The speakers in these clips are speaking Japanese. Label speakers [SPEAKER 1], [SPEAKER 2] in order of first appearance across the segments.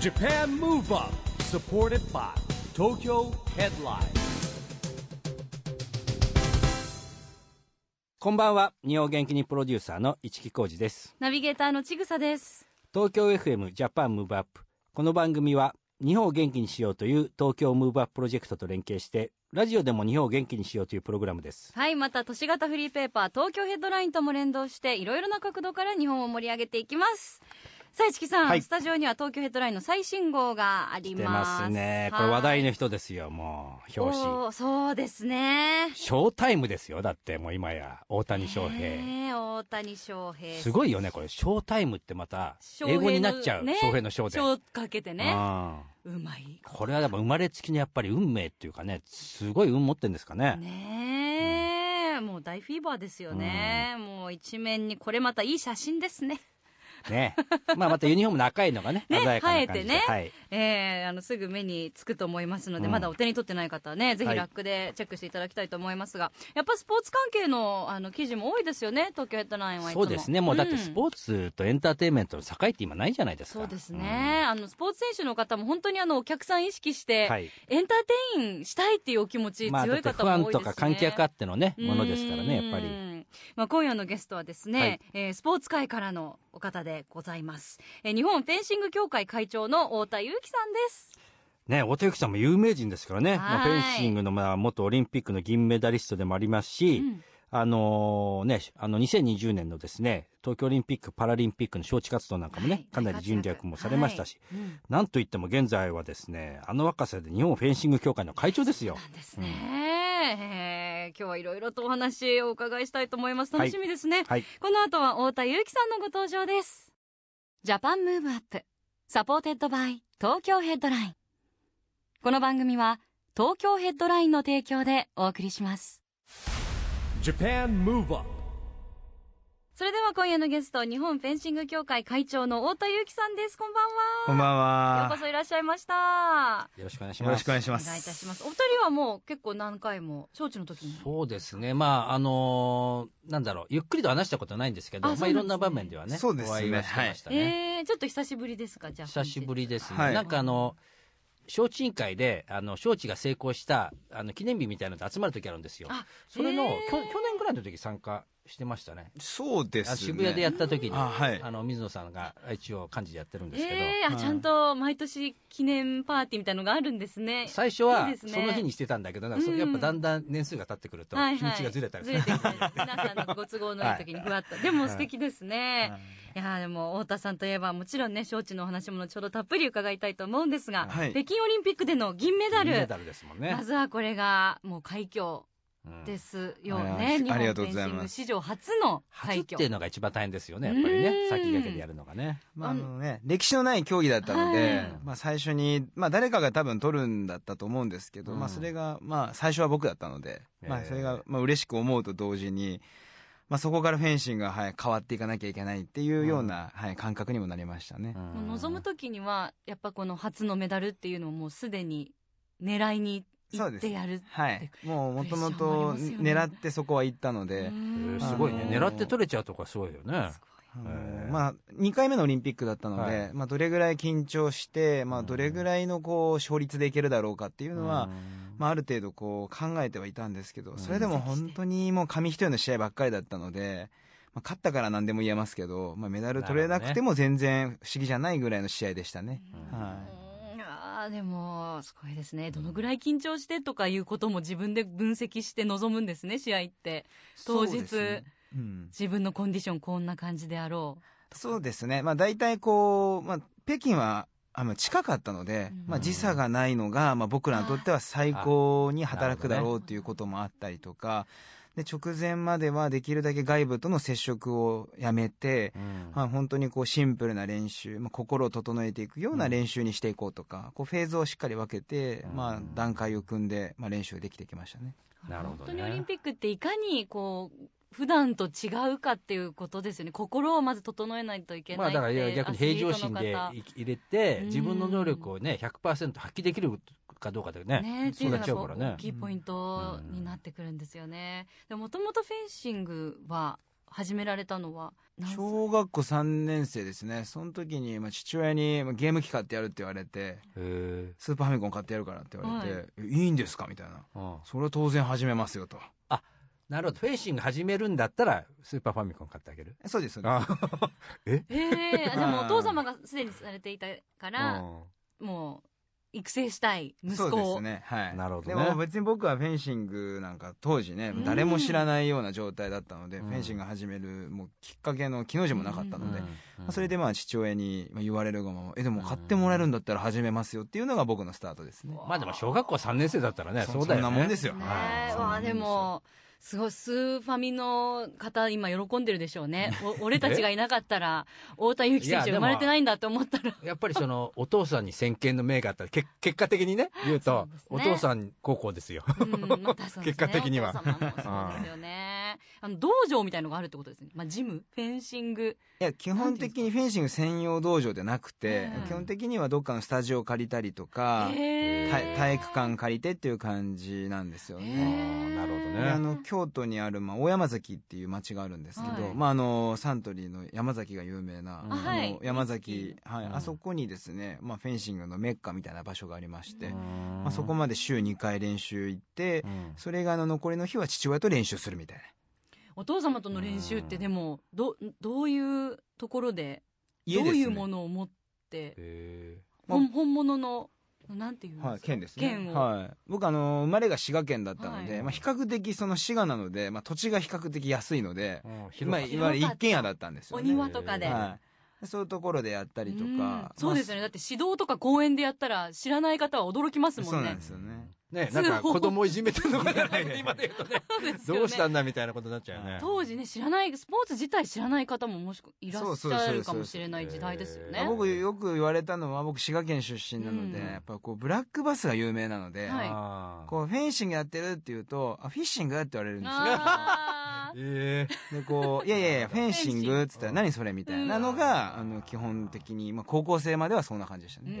[SPEAKER 1] JAPAN MOVE UP SUPPORTED BY TOKYO HEADLINE
[SPEAKER 2] こんばんは日本元気にプロデューサーの市木浩司です
[SPEAKER 3] ナビゲーターのちぐさです。
[SPEAKER 2] 東京 FM ジャパンムーブアップこの番組は日本を元気にしようという東京ムーブアッププロジェクトと連携してラジオでも日本を元気にしようというプログラムです
[SPEAKER 3] はい、また都市型フリーペーパー、東京ヘッドラインとも連動して、いろいろな角度から日本を盛り上げていきます。さあ、市木さん、
[SPEAKER 2] はい
[SPEAKER 3] スタジオには東京ヘッドラインの最新号があり
[SPEAKER 2] 出
[SPEAKER 3] ます。
[SPEAKER 2] ますねこ
[SPEAKER 3] はい
[SPEAKER 2] れ話題の人ですよもう表紙
[SPEAKER 3] おーそうですね。
[SPEAKER 2] ショータイムですよだってもう今や大谷翔平
[SPEAKER 3] ねえ大谷翔平。
[SPEAKER 2] すごいよねこれショータイムってまた
[SPEAKER 3] 翔平
[SPEAKER 2] 英
[SPEAKER 3] の
[SPEAKER 2] 語になっちゃう
[SPEAKER 3] ね
[SPEAKER 2] 翔平の翔で
[SPEAKER 3] 翔かけてね。
[SPEAKER 2] うん
[SPEAKER 3] うまい。
[SPEAKER 2] これはやっぱ生まれつきのやっぱり運命っていうかねすごい運持ってんですかね
[SPEAKER 3] ねえ、もう大フィーバーですよね。もう一面に、これまたいい写真ですね。
[SPEAKER 2] ね まあまたユニフォームの赤いのがね
[SPEAKER 3] ね
[SPEAKER 2] 鮮やかな感じで、
[SPEAKER 3] 生えてね
[SPEAKER 2] はい、
[SPEAKER 3] えーあのすぐ目につくと思いますので、
[SPEAKER 2] うん
[SPEAKER 3] まだお手に取ってない方はねぜ
[SPEAKER 2] は
[SPEAKER 3] ひ
[SPEAKER 2] い
[SPEAKER 3] ラックでチェックしていただきたいと思いますが、やっぱスポーツ関係のあの記事も多いですよね東京ヘッドラインはいつ
[SPEAKER 2] そ
[SPEAKER 3] も
[SPEAKER 2] うですねもうだって
[SPEAKER 3] ん
[SPEAKER 2] スポーツとエンターテインメントの境って今ないじゃないですか
[SPEAKER 3] そうですね、あのスポーツ選手の方も本当にあのお客さん意識
[SPEAKER 2] う
[SPEAKER 3] し
[SPEAKER 2] ん
[SPEAKER 3] て、
[SPEAKER 2] はい
[SPEAKER 3] エンターテインしたいっていうお気持ち
[SPEAKER 2] まあだ
[SPEAKER 3] 強
[SPEAKER 2] っ
[SPEAKER 3] い
[SPEAKER 2] てフ
[SPEAKER 3] 方
[SPEAKER 2] ァン
[SPEAKER 3] も多いですね、
[SPEAKER 2] とか観客あってのねものですからねやっぱ
[SPEAKER 3] う
[SPEAKER 2] り
[SPEAKER 3] ん。まあ、今夜のゲストはですね、
[SPEAKER 2] はい
[SPEAKER 3] えースポーツ界からのお方でございます、えー日本フェンシング協会会長の太田裕樹さんです
[SPEAKER 2] ね大手幸さんも有名人ですからね、まあ、
[SPEAKER 3] は
[SPEAKER 2] フ
[SPEAKER 3] い
[SPEAKER 2] ェンシングのまあ元オリンピックの銀メダリストでもありますし、
[SPEAKER 3] うん
[SPEAKER 2] あのね、あの2020年のですね東京オリンピック・パラリンピックの招致活動なんかもね、
[SPEAKER 3] はい
[SPEAKER 2] かなり尽力もされましたし、、
[SPEAKER 3] はいうん
[SPEAKER 2] なんといっても現在はですねあの若さで日本フェンシング協会の会長ですよ
[SPEAKER 3] なんですね、えー今日はいろいろとお話をお伺いしたいと思います楽しみですね、
[SPEAKER 2] はい
[SPEAKER 3] この後は太田裕樹さんのご登場ですジャパンムーブアップサポーテッドバイ東京ヘッドラインこの番組は東京ヘッドラインの提供でお送りします
[SPEAKER 1] JAPAN MOVE UP
[SPEAKER 3] それでは今夜のゲスト日本フェンシング協会会長の太田裕樹さんですこんばんは
[SPEAKER 4] こんばん
[SPEAKER 3] ようこ
[SPEAKER 4] は。
[SPEAKER 3] そいらっしゃいました
[SPEAKER 2] よろしくお願いし
[SPEAKER 4] よ
[SPEAKER 2] ま
[SPEAKER 4] ろし
[SPEAKER 2] す
[SPEAKER 4] くお願いし
[SPEAKER 3] お
[SPEAKER 4] ま
[SPEAKER 3] 願いいた
[SPEAKER 4] す。
[SPEAKER 3] しますお二人はもう結構何回も招致の時に
[SPEAKER 2] そうですね、まああのーなんだろう、ゆっくりと話したことはないんですけど、
[SPEAKER 3] あ
[SPEAKER 2] ま
[SPEAKER 3] そ
[SPEAKER 2] あ、
[SPEAKER 3] う
[SPEAKER 2] い
[SPEAKER 3] な
[SPEAKER 2] ろ
[SPEAKER 3] んですね
[SPEAKER 2] んな場面ではね、
[SPEAKER 4] そうですね
[SPEAKER 2] お会いはしてましたね。
[SPEAKER 3] えー、ちょっと久しぶりですかじゃあ
[SPEAKER 2] 久しぶりですね、
[SPEAKER 4] はい
[SPEAKER 2] なんかあの招致委員会であの招致が成功したあの記念日みたいなのと集まる時あるんですよ
[SPEAKER 3] あ
[SPEAKER 2] それの、
[SPEAKER 3] へー
[SPEAKER 2] きょ去年ぐらいの時参加してましたね
[SPEAKER 4] そうです
[SPEAKER 2] あ
[SPEAKER 4] ね。
[SPEAKER 2] 渋谷でやった時にあ、
[SPEAKER 4] あはい
[SPEAKER 2] の水野さんが一応幹事でやってるんですけど、
[SPEAKER 3] えー、あ
[SPEAKER 4] はい
[SPEAKER 3] ちゃんと毎年記念パーティーみたいのがあるんですね
[SPEAKER 2] 最初
[SPEAKER 3] いい
[SPEAKER 2] は
[SPEAKER 3] ですね
[SPEAKER 2] その日にしてたんだけどなんかそ
[SPEAKER 3] うん
[SPEAKER 2] やっぱだんだん年数が経ってくると
[SPEAKER 3] はい
[SPEAKER 2] 日
[SPEAKER 3] は
[SPEAKER 2] に
[SPEAKER 3] い
[SPEAKER 2] ちがずれたりす
[SPEAKER 3] ず
[SPEAKER 2] る
[SPEAKER 3] れてきて皆さんのご都合のいい時にふわっと、でも素敵ですね、
[SPEAKER 4] は
[SPEAKER 3] い、
[SPEAKER 4] い
[SPEAKER 3] やーでも太田さんといえばもちろんね招致のお話も後ほどたっぷり伺いたいと思うんですが、
[SPEAKER 4] はい
[SPEAKER 3] 北京オリンピックでの銀メダル
[SPEAKER 2] 銀メダルですもんね
[SPEAKER 3] ま。ずはこれがもう快挙
[SPEAKER 2] うん
[SPEAKER 3] ですよね、
[SPEAKER 4] はい
[SPEAKER 3] 日本
[SPEAKER 4] あり
[SPEAKER 3] フ
[SPEAKER 4] がとう
[SPEAKER 3] ェ
[SPEAKER 4] ご
[SPEAKER 3] ンシ
[SPEAKER 4] ざい
[SPEAKER 3] ング
[SPEAKER 4] ます
[SPEAKER 3] 史上初の快
[SPEAKER 2] 初って
[SPEAKER 3] 挙
[SPEAKER 2] いうのが一番大変ですよねやっぱり
[SPEAKER 3] う
[SPEAKER 2] ね
[SPEAKER 3] ん
[SPEAKER 2] 先駆けでやるのがね
[SPEAKER 4] まあ、あのね、歴史のない競技だったので、
[SPEAKER 2] はい
[SPEAKER 4] まあ最初に、まあ誰かが多分取るんだったと思うんですけど、
[SPEAKER 2] うん
[SPEAKER 4] まあそれが、まあ最初は僕だったので、ま
[SPEAKER 2] え
[SPEAKER 4] あ
[SPEAKER 2] え
[SPEAKER 4] それが、まあ嬉しく思うと同時に、まあそこからフェンシングが、はい、変わっていかなきゃいけないっていうような、はい、感覚にもなりましたね。
[SPEAKER 3] もう望む時にはやっぱこの初のメダルっていうのをもうすでに狙いに
[SPEAKER 4] そ
[SPEAKER 3] 行
[SPEAKER 4] う
[SPEAKER 3] っ
[SPEAKER 4] です
[SPEAKER 3] てやる
[SPEAKER 4] はい。もうもとも
[SPEAKER 3] プレッシャーもあ
[SPEAKER 4] と
[SPEAKER 3] りますよね
[SPEAKER 4] 狙ってそこは行ったの
[SPEAKER 3] う
[SPEAKER 4] で、
[SPEAKER 3] ん
[SPEAKER 2] えーすごいね
[SPEAKER 4] あのー
[SPEAKER 2] 狙って取れちゃうとかすごいよね
[SPEAKER 3] す
[SPEAKER 4] あの
[SPEAKER 2] へえ
[SPEAKER 4] まあ、2回目のオリンピックだったので、
[SPEAKER 2] はい
[SPEAKER 4] まあ、どれぐらい緊張して、まあ、どれぐらいのこう勝率でいけるだろうかっていうのは、まあ、ある程度こう考えてはいたんですけ
[SPEAKER 2] う
[SPEAKER 4] ど
[SPEAKER 2] ん
[SPEAKER 4] それでも本当にもう紙一重の試合ばっかりだったので、まあ、勝ったから何でも言えますけど、まあ、メダル取れなくても全然不思議じゃないぐらいの試合でしたね。
[SPEAKER 2] うん
[SPEAKER 4] は
[SPEAKER 3] うんあーでもすごいですねどのぐらい緊張してとかいうことも自分で分析して臨むんですね試合って当日
[SPEAKER 4] そうですねうん
[SPEAKER 3] 自分のコンディションこんな感じであろ
[SPEAKER 4] そうですね、まあ、大体こう、まあ、北京はあの近かったので、
[SPEAKER 3] うん
[SPEAKER 4] まあ、時差がないのが、まあ、僕らにとっては最高に働くだ
[SPEAKER 3] あなる
[SPEAKER 4] ろ
[SPEAKER 3] ほ
[SPEAKER 4] う
[SPEAKER 3] どね
[SPEAKER 4] ということもあったりとかで直前まではできるだけ外部との接触をやめて、
[SPEAKER 2] うん
[SPEAKER 4] まあ、本当にこうシンプルな練習、まあ、心を整えていくような練習にしていこうとか、こうフェーズをしっかり分けて、まあ、段階を組んで、まあ、練習できてきましたね。
[SPEAKER 3] う
[SPEAKER 2] なるほどね
[SPEAKER 3] 本当にオリンピックっていかにこう普段と違うかっていうことですよね心をまず整えないといけ
[SPEAKER 2] ま
[SPEAKER 3] ない
[SPEAKER 2] あだか
[SPEAKER 3] って
[SPEAKER 2] らいや逆に平常心
[SPEAKER 3] アスリ
[SPEAKER 2] で
[SPEAKER 3] ートの方
[SPEAKER 2] い入れて
[SPEAKER 3] うん
[SPEAKER 2] 自分の能力をね100%発揮できるかどうかだよね
[SPEAKER 3] ね、っていう
[SPEAKER 2] な
[SPEAKER 3] の
[SPEAKER 2] っ
[SPEAKER 3] が
[SPEAKER 2] ちゃうから
[SPEAKER 3] こう
[SPEAKER 2] ね
[SPEAKER 3] 大きいポイントになってくるんですよね。でもともとフェンシングは始められたのは何歳
[SPEAKER 4] 小学校3年生ですねその時に、まあ、父親にまあゲーム機買ってやるって言われて
[SPEAKER 2] え
[SPEAKER 4] スーパーファミコン買ってやるからって言われて、えいいんですかみたいな
[SPEAKER 2] あ
[SPEAKER 4] それは当然始めますよと
[SPEAKER 2] なるほどフェンシング始めるんだったらスーパーファミコン買ってあげる
[SPEAKER 4] そうですそうです
[SPEAKER 2] あ
[SPEAKER 3] ええあじゃあもう
[SPEAKER 4] あー
[SPEAKER 3] お父様がすでにされていたから
[SPEAKER 2] うん
[SPEAKER 3] もう育成したい息
[SPEAKER 4] そう
[SPEAKER 3] 子
[SPEAKER 4] です
[SPEAKER 3] を、
[SPEAKER 4] ねはい
[SPEAKER 2] なるほどね
[SPEAKER 4] でも別に僕はフェンシングなんか当時ね
[SPEAKER 3] うん
[SPEAKER 4] 誰も知らないような状態だったので、
[SPEAKER 2] うん
[SPEAKER 4] フェンシング始めるもうきっかけの木の字もなかったので、
[SPEAKER 2] うん
[SPEAKER 4] まあそれでまあ父親にまあ言われるがまま「えでも買ってもらえるんだったら始めますよ」っていうのが僕のスタートですね
[SPEAKER 2] まあでも小学校3年生だったらね
[SPEAKER 4] そ
[SPEAKER 2] そうだよね
[SPEAKER 4] そんなもんですよ
[SPEAKER 3] ね
[SPEAKER 2] はい
[SPEAKER 3] えわあでもすごいスーファミの方今喜んでるでしょ うねお俺たちがいなかったら太田裕樹選
[SPEAKER 2] いや
[SPEAKER 3] 手
[SPEAKER 2] でも
[SPEAKER 3] 生まれてないんだって思ったら
[SPEAKER 2] やっぱりそのお父さんに先見の明があったらけ結果的にね言うと
[SPEAKER 3] そう
[SPEAKER 2] お
[SPEAKER 3] ですね
[SPEAKER 2] 父さん高校ですよ
[SPEAKER 3] うんまたそうですね
[SPEAKER 2] 結果的には
[SPEAKER 3] お父様もそうですよね。あの道場みたいのがあるってことですね。まあジム、フェンシング。
[SPEAKER 4] いや基本的にフェンシング専用道場でなくて
[SPEAKER 3] うん
[SPEAKER 4] 基本的にはどっかのスタジオ借りたりとか、
[SPEAKER 3] へー
[SPEAKER 4] 体体育館借りてっていう感じなんですよ
[SPEAKER 3] へ
[SPEAKER 4] ね。
[SPEAKER 3] ー
[SPEAKER 2] ああなるほどね
[SPEAKER 4] であの京都にある、まあ、大山崎っていう町があるんですけど、
[SPEAKER 3] はい
[SPEAKER 4] まあ、あのサントリーの山崎が有名な、
[SPEAKER 2] うん
[SPEAKER 4] あ
[SPEAKER 3] はい
[SPEAKER 4] の山崎、はい
[SPEAKER 2] うん
[SPEAKER 4] あそこにですね、まあ、フェンシングのメッカみたいな場所がありまして、
[SPEAKER 3] うん
[SPEAKER 4] まあ、そこまで週2回練習行って、
[SPEAKER 2] うん
[SPEAKER 4] それがあの残りの日は父親と練習するみたいな。
[SPEAKER 3] お父様との練習ってでもどどういうところで
[SPEAKER 4] 家
[SPEAKER 3] ど
[SPEAKER 4] で
[SPEAKER 3] う
[SPEAKER 4] す
[SPEAKER 3] い
[SPEAKER 4] ね
[SPEAKER 3] うものを持って、
[SPEAKER 2] へ
[SPEAKER 4] まあ
[SPEAKER 3] 本本物のなんていうんですか、
[SPEAKER 4] はい、県ですね。
[SPEAKER 3] 剣を、
[SPEAKER 4] はい。僕、あの、生まれが滋賀県だったので、
[SPEAKER 3] はい
[SPEAKER 4] まあ、比較的、その滋賀なので、まあ、土地が比較的安いので
[SPEAKER 2] え、うん
[SPEAKER 4] まあ、
[SPEAKER 2] 広く
[SPEAKER 4] いわゆる一軒家だったんですよ
[SPEAKER 3] お
[SPEAKER 4] ね。
[SPEAKER 3] 庭とかで。
[SPEAKER 4] はい。そういうところでやったりと
[SPEAKER 3] うん
[SPEAKER 4] か。
[SPEAKER 3] そうですよね、だって指導とか公園でやったら知らない方は驚きますも
[SPEAKER 4] そ
[SPEAKER 3] ん
[SPEAKER 4] うなん
[SPEAKER 3] ね
[SPEAKER 4] ですよね。
[SPEAKER 2] ねなんか子供いじめてるのかな 今で言うとね
[SPEAKER 3] そう ですよね
[SPEAKER 2] どうしたんだみたいなことになっちゃうよね
[SPEAKER 3] 当時ね知らないスポーツ自体知らない方ももしくいらっし
[SPEAKER 4] そうそうそう
[SPEAKER 3] ゃ
[SPEAKER 4] そ
[SPEAKER 3] る
[SPEAKER 4] う
[SPEAKER 3] かもしれない時代ですよ
[SPEAKER 2] え
[SPEAKER 3] ね
[SPEAKER 2] ー
[SPEAKER 4] 僕よく言われたのは僕滋賀県出身なので、
[SPEAKER 3] うん
[SPEAKER 4] やっぱこうブラックバスが有名なので、
[SPEAKER 3] はい
[SPEAKER 2] あー
[SPEAKER 4] こうフェンシングやってるって言うとあフィッシングって言われるんですよ
[SPEAKER 3] あー
[SPEAKER 2] ええ
[SPEAKER 4] でこう「いやいやいやフェンシング」っつったら「
[SPEAKER 2] うん
[SPEAKER 4] 何それ」みたいなのが、あの基本的に、まあ、高校生まではそんな感じでしたね、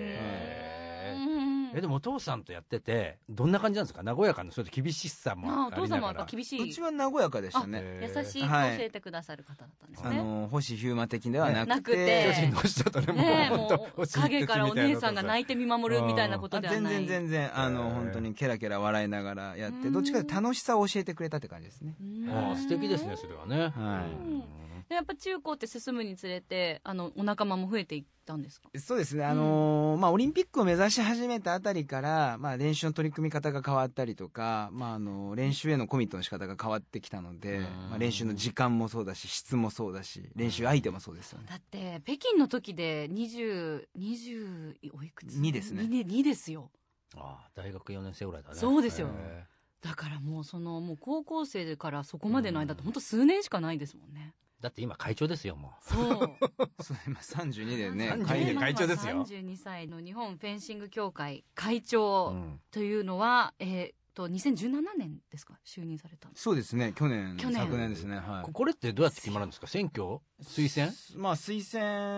[SPEAKER 2] へ
[SPEAKER 3] うん
[SPEAKER 2] えでもお父さんとやっててどんな感じなんですか和やかなそれと厳しさも
[SPEAKER 3] まあ
[SPEAKER 2] あ
[SPEAKER 3] お
[SPEAKER 2] りながら
[SPEAKER 3] 父様はやっぱ厳し
[SPEAKER 4] う
[SPEAKER 3] い
[SPEAKER 4] ちは和やかでしたね
[SPEAKER 2] へ
[SPEAKER 3] 優
[SPEAKER 2] ー
[SPEAKER 3] しい子を教えてくださる方だったんです
[SPEAKER 4] あ
[SPEAKER 3] ね、
[SPEAKER 4] の星飛雄馬的ではなくて,、
[SPEAKER 3] なくて
[SPEAKER 2] 巨人の下とね
[SPEAKER 3] ねえ
[SPEAKER 2] もう
[SPEAKER 3] もう影からお姉さんが
[SPEAKER 2] い
[SPEAKER 3] 泣いて見守るみたいなことでは
[SPEAKER 4] 全
[SPEAKER 3] ない
[SPEAKER 4] 然全然あの本当にケラケラ笑いながらやってどっちかというと楽しさを教えてくれたって感じですね
[SPEAKER 2] あ
[SPEAKER 3] う
[SPEAKER 2] あ
[SPEAKER 3] ん
[SPEAKER 2] 素敵ですねそれはね
[SPEAKER 4] はい
[SPEAKER 2] うん
[SPEAKER 3] でやっぱ中高って進むにつれてあのお仲間も増えていったんですか
[SPEAKER 4] そうですね、あのーまあ、オリンピックを目指し始めたあたりから、まあ、練習の取り組み方が変わったりとか、まあ、あの練習へのコミットの仕方が変わってきたの
[SPEAKER 2] う
[SPEAKER 4] で、
[SPEAKER 2] ん
[SPEAKER 4] まあ、練習の時間もそうだし質もそうだし練習相手もそうですよね
[SPEAKER 3] だって北京の時で2020おいくつ
[SPEAKER 4] 二ですね
[SPEAKER 3] 二二ですよ
[SPEAKER 2] ああ大学4年生ぐらいだね
[SPEAKER 3] そうですよ
[SPEAKER 2] へ
[SPEAKER 3] だからもうそのもう高校生からそこまでの間って本当数年しかないですもんね
[SPEAKER 2] えだって今会長ですよも
[SPEAKER 3] そう
[SPEAKER 4] そう今32でね
[SPEAKER 2] 32
[SPEAKER 4] 会議
[SPEAKER 2] で会長ですよ
[SPEAKER 3] 32歳の日本フェンシング協会会
[SPEAKER 2] う、
[SPEAKER 3] 長というのは、えーっと2017年ですか就任されたの
[SPEAKER 4] そうですね去年
[SPEAKER 3] 去年
[SPEAKER 4] 昨年ですねは
[SPEAKER 2] ここれってどうやって決まるんですか選挙推薦
[SPEAKER 4] いまあ推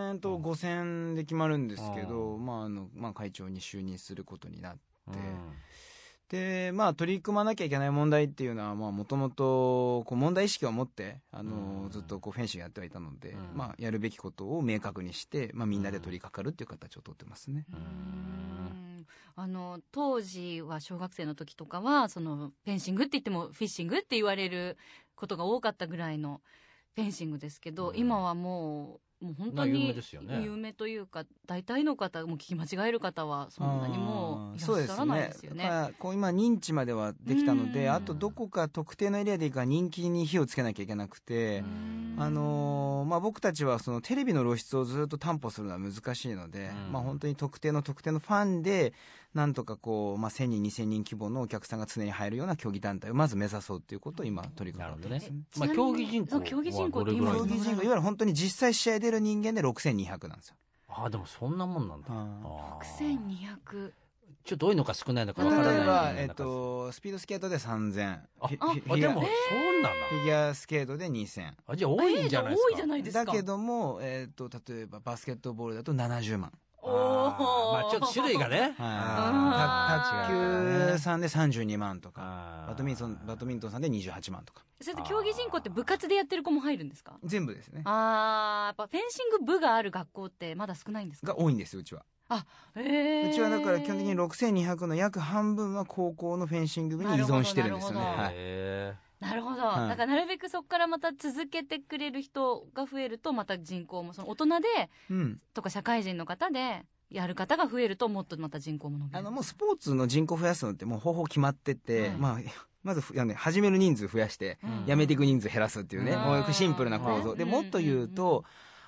[SPEAKER 4] 薦と5選で決まるんですけど、
[SPEAKER 2] う
[SPEAKER 4] まああのまあ、会長に就任することになって
[SPEAKER 2] うん
[SPEAKER 4] でまあ取り組まなきゃいけない問題っていうのはもともと問題意識を持ってあの、
[SPEAKER 2] うん
[SPEAKER 4] ずっとこうフェンシングやってはいたので、
[SPEAKER 2] うん
[SPEAKER 4] まあ、やるべきことを明確にして、まあ、みんなで取り掛かるっていう形をとってますね。
[SPEAKER 2] うーん
[SPEAKER 3] あの当時は小学生の時とかはそのフェンシングって言ってもフィッシングって言われることが多かったぐらいのフェンシングですけど、
[SPEAKER 2] うん
[SPEAKER 3] 今はもうもう本当
[SPEAKER 2] まあ有
[SPEAKER 3] に
[SPEAKER 2] 名ですよね
[SPEAKER 3] 有名というか大体の方もう聞き間違える方はそんなにもういらっしゃらないですよ
[SPEAKER 4] だか
[SPEAKER 3] ね。
[SPEAKER 4] らこう今認知まではできたの
[SPEAKER 3] う
[SPEAKER 4] で
[SPEAKER 3] ん
[SPEAKER 4] あとどこか特定のエリアでいいから人気に火をつけなきゃいけなくて、
[SPEAKER 2] うん
[SPEAKER 4] あのーまあ、僕たちはそのテレビの露出をずっと担保するのは難しいので、
[SPEAKER 2] うん
[SPEAKER 4] まあ、本当に特定の特定のファンでなんとかこう、まあ、1000人2000人規模のお客さんが常に入るような競技団体をまず目指そうということを今取り組
[SPEAKER 2] なんる
[SPEAKER 4] で
[SPEAKER 2] ほどね
[SPEAKER 4] いますね。
[SPEAKER 2] まあ競技人
[SPEAKER 3] そう競技人
[SPEAKER 2] 口
[SPEAKER 3] 口っ
[SPEAKER 2] はどれ
[SPEAKER 3] て
[SPEAKER 2] ぐ
[SPEAKER 3] 今
[SPEAKER 2] らいな
[SPEAKER 4] 競
[SPEAKER 2] の
[SPEAKER 4] 技人口いわゆる本当に実際試合出る人間で6200なんですよ。
[SPEAKER 2] ああでもそんなもんなんだあ
[SPEAKER 4] は
[SPEAKER 2] あ
[SPEAKER 3] 6200
[SPEAKER 2] ちょっと多いのか少ないの
[SPEAKER 4] い
[SPEAKER 2] か
[SPEAKER 4] 例
[SPEAKER 2] わ
[SPEAKER 4] え
[SPEAKER 2] からない
[SPEAKER 4] ば、
[SPEAKER 2] よ
[SPEAKER 4] え
[SPEAKER 2] う
[SPEAKER 4] っ
[SPEAKER 2] な数
[SPEAKER 4] と、スピードスケートで3000
[SPEAKER 2] あ
[SPEAKER 4] ひ
[SPEAKER 3] あ
[SPEAKER 4] ひ
[SPEAKER 2] あ
[SPEAKER 4] ひ
[SPEAKER 2] で
[SPEAKER 4] が
[SPEAKER 2] も
[SPEAKER 4] フ
[SPEAKER 2] そうなんだ
[SPEAKER 4] ィギュアスケートで2000
[SPEAKER 2] あじゃあ多いんじゃないですか
[SPEAKER 3] えー多いじゃないですか
[SPEAKER 4] だけども、えっと例えばバスケットボールだと70万
[SPEAKER 3] おお。
[SPEAKER 2] まあちょっと種類がね。あー
[SPEAKER 3] あ
[SPEAKER 2] タッチがあるからね
[SPEAKER 4] 卓球さんで32万とか
[SPEAKER 2] あー
[SPEAKER 4] バドミントンバドミントンさんで28万とか
[SPEAKER 3] それと競技人口って部活でやってる子も入るんですか
[SPEAKER 4] 全部ですね
[SPEAKER 3] あー、やっぱフェンシング部がある学校ってまだ少ないんですか
[SPEAKER 4] が多いんですうちは
[SPEAKER 3] へー
[SPEAKER 4] うちはだから基本的に6200の約半分は高校のフェンシング部に依存してるんですよね
[SPEAKER 3] なるほど
[SPEAKER 4] はい
[SPEAKER 2] へ
[SPEAKER 3] なるほど。
[SPEAKER 4] はい
[SPEAKER 3] だからなるべくそこからまた続けてくれる人が増えると、また人口も、その大人で、
[SPEAKER 4] うん
[SPEAKER 3] とか社会人の方で、やる方が増えると、もっとまた人口も伸びる。
[SPEAKER 4] あのもうスポーツの人口増やすのってもう方法決まってて、
[SPEAKER 3] うん
[SPEAKER 4] まあ、まずふあのね始める人数増やして
[SPEAKER 3] うん
[SPEAKER 4] やめていく人数減らすっていうね、
[SPEAKER 2] うん
[SPEAKER 4] もうよくシンプルな構造、
[SPEAKER 3] うん
[SPEAKER 4] でもっと言うと、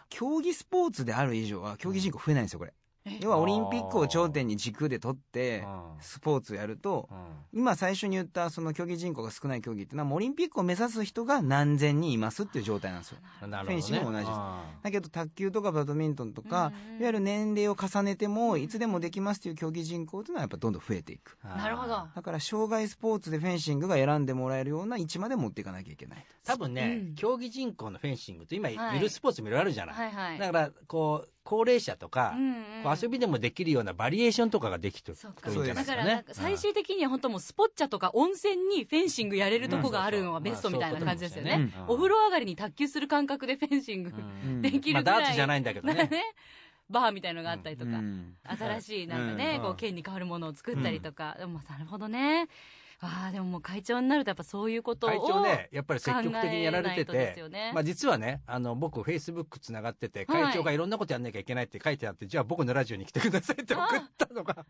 [SPEAKER 4] 競技スポーツである以上は競技人口増えないんですよこれ、
[SPEAKER 3] え
[SPEAKER 4] 要はオリンピックを頂点に軸で取ってスポーツやると今最初に言ったその競技人口が少ない競技っていうのはもうオリンピックを目指す人が何千人いますっていう状態なんですよ
[SPEAKER 2] うん。なるほどね。
[SPEAKER 4] フェンシングも同じです
[SPEAKER 2] あ
[SPEAKER 4] だけど卓球とかバドミントンとか、
[SPEAKER 3] うんうん
[SPEAKER 4] いわゆる年齢を重ねてもいつでもできますという競技人口というのはやっぱどんどん増えていく
[SPEAKER 2] ー
[SPEAKER 3] なるほど。
[SPEAKER 4] だから障害スポーツでフェンシングが選んでもらえるような位置まで持っていかなきゃいけない
[SPEAKER 2] 多分
[SPEAKER 3] う
[SPEAKER 2] ね
[SPEAKER 3] ん、
[SPEAKER 2] 競技人口のフェンシングって今
[SPEAKER 3] はい
[SPEAKER 2] いるスポーツもいろいろあるじゃない。
[SPEAKER 3] はいはい。
[SPEAKER 2] だから、こう、高齢者とか
[SPEAKER 3] う、ん
[SPEAKER 2] こう遊
[SPEAKER 3] び
[SPEAKER 2] びでもできるようなバリエーションとかができてる
[SPEAKER 3] そうか
[SPEAKER 2] といいんじゃないで
[SPEAKER 3] だ
[SPEAKER 2] すか
[SPEAKER 3] か
[SPEAKER 2] ら
[SPEAKER 3] なん
[SPEAKER 2] ね
[SPEAKER 3] か。最終的には本当もうスポッチャとか温泉にフェンシングやれるとこがあるのがベストみたいな感じですよね。お風
[SPEAKER 2] 呂
[SPEAKER 3] 呂上がりに卓球する感覚でフェンシング、
[SPEAKER 4] う ん
[SPEAKER 3] できるぐらい、
[SPEAKER 2] まあダーツじゃないんだけ どね。
[SPEAKER 3] ねバーみたいのがあったりとか、
[SPEAKER 4] うん
[SPEAKER 3] 新しいなんかね、
[SPEAKER 2] うん
[SPEAKER 3] こう剣に変わるものを作ったりとか、でもまあなるほどねああでももう会長になるとやっぱそういうことを
[SPEAKER 2] 会長ね、やっぱり積極的にやられて
[SPEAKER 3] 考えないとです
[SPEAKER 2] て
[SPEAKER 3] よね、
[SPEAKER 2] まあ実はね、あの、僕、フェイスブックつながってて、
[SPEAKER 3] はい
[SPEAKER 2] 会長がいろんなことやんなきゃいけないって書いてあって、じゃあ僕のラジオに来てくださいって送ったのが、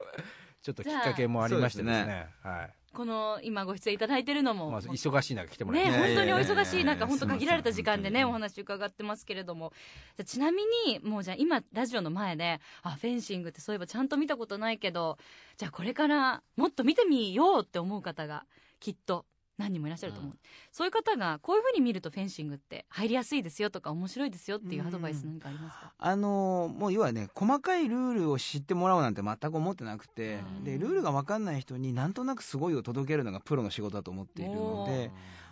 [SPEAKER 2] ちょっときっかけもありましてです
[SPEAKER 4] じ
[SPEAKER 2] ね、はい。
[SPEAKER 3] この今ご出演いただいてるのも、
[SPEAKER 2] まあ
[SPEAKER 3] もう
[SPEAKER 2] 忙しい中来てもらっ
[SPEAKER 3] ね、
[SPEAKER 2] て。
[SPEAKER 4] いや
[SPEAKER 3] 本
[SPEAKER 4] い
[SPEAKER 3] 当
[SPEAKER 4] やい
[SPEAKER 3] にお
[SPEAKER 4] や
[SPEAKER 3] 忙しい
[SPEAKER 4] いやいや
[SPEAKER 3] 中、本当限られた時間でね、お
[SPEAKER 4] 本
[SPEAKER 3] 話伺ってますけれども。じゃあちなみに、もうじゃあ今、ラジオの前で、あ、フェンシングってそういえばちゃんと見たことないけど、じゃあこれからもっと見てみようって思う方が、きっと何人もいらっしゃると思う。そういう方が、こういうふうに見るとフェンシングって入りやすいですよとか、面白いですよっていうアドバイスなんかありますか、
[SPEAKER 4] あのーもう要はね細かいルールを知ってもらおうなんて全く思ってなくて、
[SPEAKER 3] うん
[SPEAKER 4] でルールが分かんない人になんとなくすごいを届けるのがプロの仕事だと思っているの
[SPEAKER 3] お
[SPEAKER 4] で
[SPEAKER 3] ー。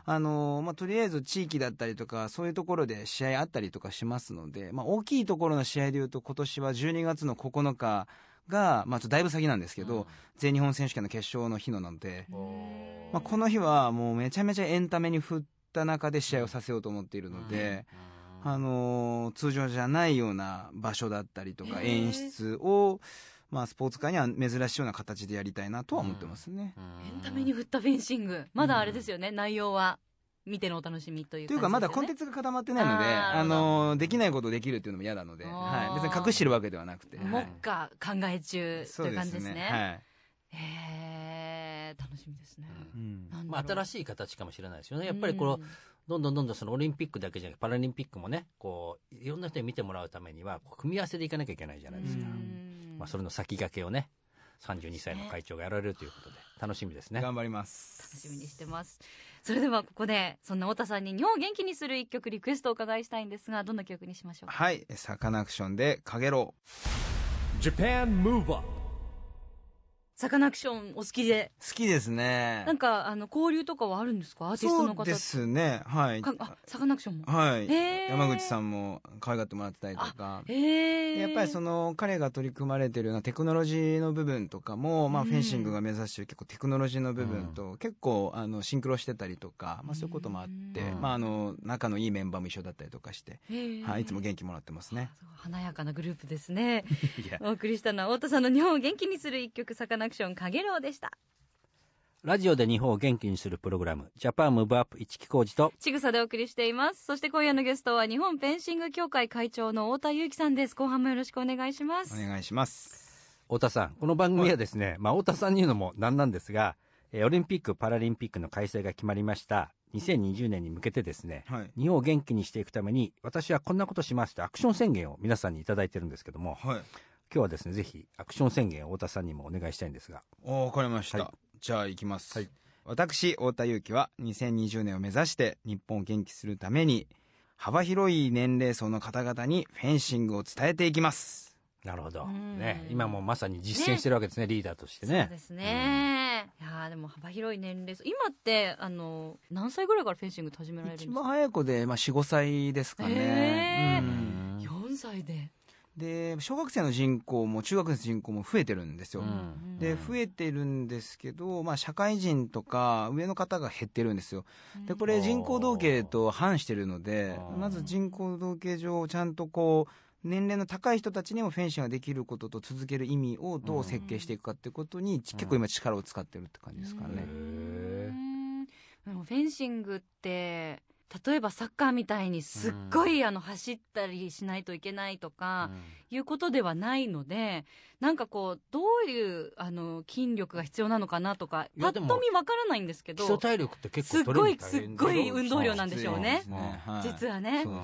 [SPEAKER 4] あのーまあ、とりあえず地域だったりとかそういうところで試合あったりとかしますので、まあ、大きいところの試合でいうと今年は12月の9日が、まあ、ちょっとだいぶ先なんですけど、全日本選手権の決勝の日なので、
[SPEAKER 2] うん
[SPEAKER 4] まあ、この日はもうめちゃめちゃエンタメに振った中で試合をさせようと思っているので、あのー通常じゃないような場所だったりとか
[SPEAKER 3] へー
[SPEAKER 4] 演出を、まあ、スポーツ界には珍しいような形でやりたいなとは思ってますね。
[SPEAKER 3] エンタメに振ったフェンシング。まだあれですよね、内容は。見てのお楽しみという
[SPEAKER 4] というかま
[SPEAKER 3] 感じですよね
[SPEAKER 4] だコンテンツが固まってないので
[SPEAKER 3] あー
[SPEAKER 4] あのーできないことできるっていうのも嫌なので、
[SPEAKER 3] あー
[SPEAKER 4] はい、別に隠してるわけではなくて、
[SPEAKER 3] 目
[SPEAKER 4] はい
[SPEAKER 3] 下考え中と
[SPEAKER 4] そう
[SPEAKER 3] いう
[SPEAKER 4] で
[SPEAKER 3] 感
[SPEAKER 4] す
[SPEAKER 3] じです
[SPEAKER 4] ね
[SPEAKER 3] ね。へー楽しみですね。
[SPEAKER 2] う
[SPEAKER 4] はいうん
[SPEAKER 3] なん
[SPEAKER 2] まあ、新しい形かもしれないですよね。やっぱりこの、どんどんどんどんそのオリンピックだけじゃなくてパラリンピックもね、こう、いろんな人に見てもらうためには、こう組み合わせでいかなきゃいけないじゃないですか。まあ、そ
[SPEAKER 3] れ
[SPEAKER 2] れの先駆けをね、32歳の会長がやられるということで、楽しみですね。
[SPEAKER 4] 頑張ります
[SPEAKER 3] 楽しみにしてます。それではここでそんな太田さんに日本を元気にする一曲リクエストをお伺いしたいんですがどんな曲にしましょうか。
[SPEAKER 4] はいサカナクションで「かげろう
[SPEAKER 1] Japan Move Up
[SPEAKER 3] サカナクションお好きで」
[SPEAKER 4] 好きですね
[SPEAKER 3] なんかあの交流とかはあるんですかアーティストの
[SPEAKER 4] そう
[SPEAKER 3] 方
[SPEAKER 4] で
[SPEAKER 3] と。
[SPEAKER 4] すねはい
[SPEAKER 3] かあサカナクションも。
[SPEAKER 4] はい
[SPEAKER 3] へー
[SPEAKER 4] 山口さんも可愛がってもらってたりとか
[SPEAKER 3] へえ。
[SPEAKER 4] やっぱりそ
[SPEAKER 3] の
[SPEAKER 4] の彼が取り組まれてるようなテクノロジーの部分とかも、まあ、
[SPEAKER 3] うん
[SPEAKER 4] フェンシングが目指してる結構テクノロジーの部分と結構あのシンクロしてたりとか、まあ、そういうこともあって、
[SPEAKER 2] うん
[SPEAKER 4] まあ、あの仲のいいメンバーも一緒だったりとかして、はい、いつも元気もらってますね。
[SPEAKER 3] すごい華やかなグループですね
[SPEAKER 4] いや
[SPEAKER 3] お送りしたのは太田さんの日本を元気にする一曲サカナクションかげろうでした
[SPEAKER 2] ラジオで日本を元気にするプログラム、ジャパンムーブアップ一木工事と、
[SPEAKER 3] ちぐさでお送りしていますそして今夜のゲストは日本フェンシング協会会長の太田裕樹さんです後半もよろしくお願いします
[SPEAKER 4] お願いします。
[SPEAKER 2] 太田さん、この番組はですね、まあ、太田さんに言うのもなんなんですが、えーオリンピック・パラリンピックの開催が決まりました、2020年に向けてですね、
[SPEAKER 4] はい。
[SPEAKER 2] 日本を元気にしていくために、私はこんなことしますとアクション宣言を皆さんにいただいてるんですけども、
[SPEAKER 4] はい。
[SPEAKER 2] 今日はですね、ぜひアクション宣言を太田さんにもお願いしたいんですが、
[SPEAKER 4] おわかりました。
[SPEAKER 2] はい
[SPEAKER 4] じゃあ行きます。
[SPEAKER 2] はい
[SPEAKER 4] 私、太田祐樹は2020年を目指して日本を元気するために幅広い年齢層の方々にフェンシングを伝えていきます。
[SPEAKER 2] なるほど。
[SPEAKER 3] うん
[SPEAKER 2] ね、今もうまさに実践してるわけですね、リーダーとして
[SPEAKER 3] そう
[SPEAKER 2] ね
[SPEAKER 3] で。すね、いやーでも幅広い年齢層今ってあの何歳ぐらいからフェンシングって始められるんで
[SPEAKER 4] 一
[SPEAKER 3] すか
[SPEAKER 4] 番早い子で、まあ、45歳ですかね、
[SPEAKER 3] へー
[SPEAKER 4] う
[SPEAKER 2] うんん
[SPEAKER 3] 4歳で
[SPEAKER 4] で小学生の人口も中学生の人口も増えてるんですよ、
[SPEAKER 5] うん
[SPEAKER 4] で
[SPEAKER 5] うん
[SPEAKER 4] 増えてるんですけど、まあ、社会人とか上の方が減ってるんですよでこれ人口統計と反してるので
[SPEAKER 5] あー
[SPEAKER 4] まず人口統計上ちゃんとこう年齢の高い人たちにもフェンシングができることと続ける意味をどう設計していくかってことに、結構今力を使ってるって感じですか
[SPEAKER 3] うん
[SPEAKER 4] ね、
[SPEAKER 5] へ
[SPEAKER 3] うんでもフェンシングって例えばサッカーみたいにすっごいあの走ったりしないといけないとかいうことではないのでなんかこうどういうあの筋力が必要なのかなとか
[SPEAKER 2] い
[SPEAKER 3] ぱ
[SPEAKER 2] や
[SPEAKER 3] っと
[SPEAKER 2] でも
[SPEAKER 3] 見わからないんですけ
[SPEAKER 2] 基礎
[SPEAKER 3] ど
[SPEAKER 2] 体力って結
[SPEAKER 3] すっ
[SPEAKER 2] 構取
[SPEAKER 3] ご
[SPEAKER 2] れ
[SPEAKER 3] い
[SPEAKER 2] る
[SPEAKER 3] すっごい運動量なんでしょうね
[SPEAKER 4] そうですねはい
[SPEAKER 3] 実はね
[SPEAKER 4] そう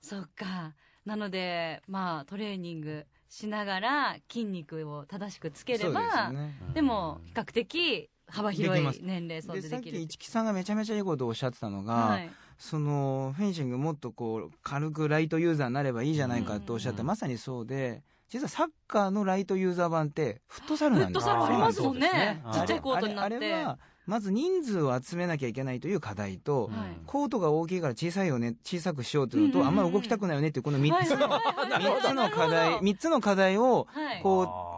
[SPEAKER 3] そうかなのでまあトレーニングしながら筋肉を正しくつければ
[SPEAKER 4] そうですね
[SPEAKER 3] でも比較的幅広
[SPEAKER 4] できま
[SPEAKER 3] い
[SPEAKER 4] す
[SPEAKER 3] 年齢層
[SPEAKER 4] で
[SPEAKER 3] で
[SPEAKER 4] さっ
[SPEAKER 3] で
[SPEAKER 4] き
[SPEAKER 3] きる
[SPEAKER 4] 市木さんがめちゃめちゃいいことをおっしゃってたのが、
[SPEAKER 3] はい
[SPEAKER 4] そのフェンシングもっとこう軽くライトユーザーになればいいじゃないかとおっしゃって、
[SPEAKER 2] うん
[SPEAKER 4] まさにそうで実はサッカーのライトユーザー版ってフットサル
[SPEAKER 3] フ
[SPEAKER 4] な
[SPEAKER 3] ッ
[SPEAKER 4] んで
[SPEAKER 3] ト
[SPEAKER 4] す
[SPEAKER 3] サルありますもんね
[SPEAKER 2] あー
[SPEAKER 3] ち
[SPEAKER 2] そうですね
[SPEAKER 3] っちゃいコートになっ
[SPEAKER 4] あれ
[SPEAKER 3] て
[SPEAKER 4] あれはまず人数を集めなきゃいけないという課題と、
[SPEAKER 2] うん
[SPEAKER 3] はい
[SPEAKER 4] コートが大きいから小さいよね小さくしようというのと、
[SPEAKER 3] うんうんうん
[SPEAKER 4] あんまり動きたくないよねっていうこの3つの
[SPEAKER 3] はいはいはいはい
[SPEAKER 4] 三つの課
[SPEAKER 3] なる
[SPEAKER 4] 題
[SPEAKER 3] ほど
[SPEAKER 4] 三つの課題を
[SPEAKER 3] はい
[SPEAKER 4] こう
[SPEAKER 5] あー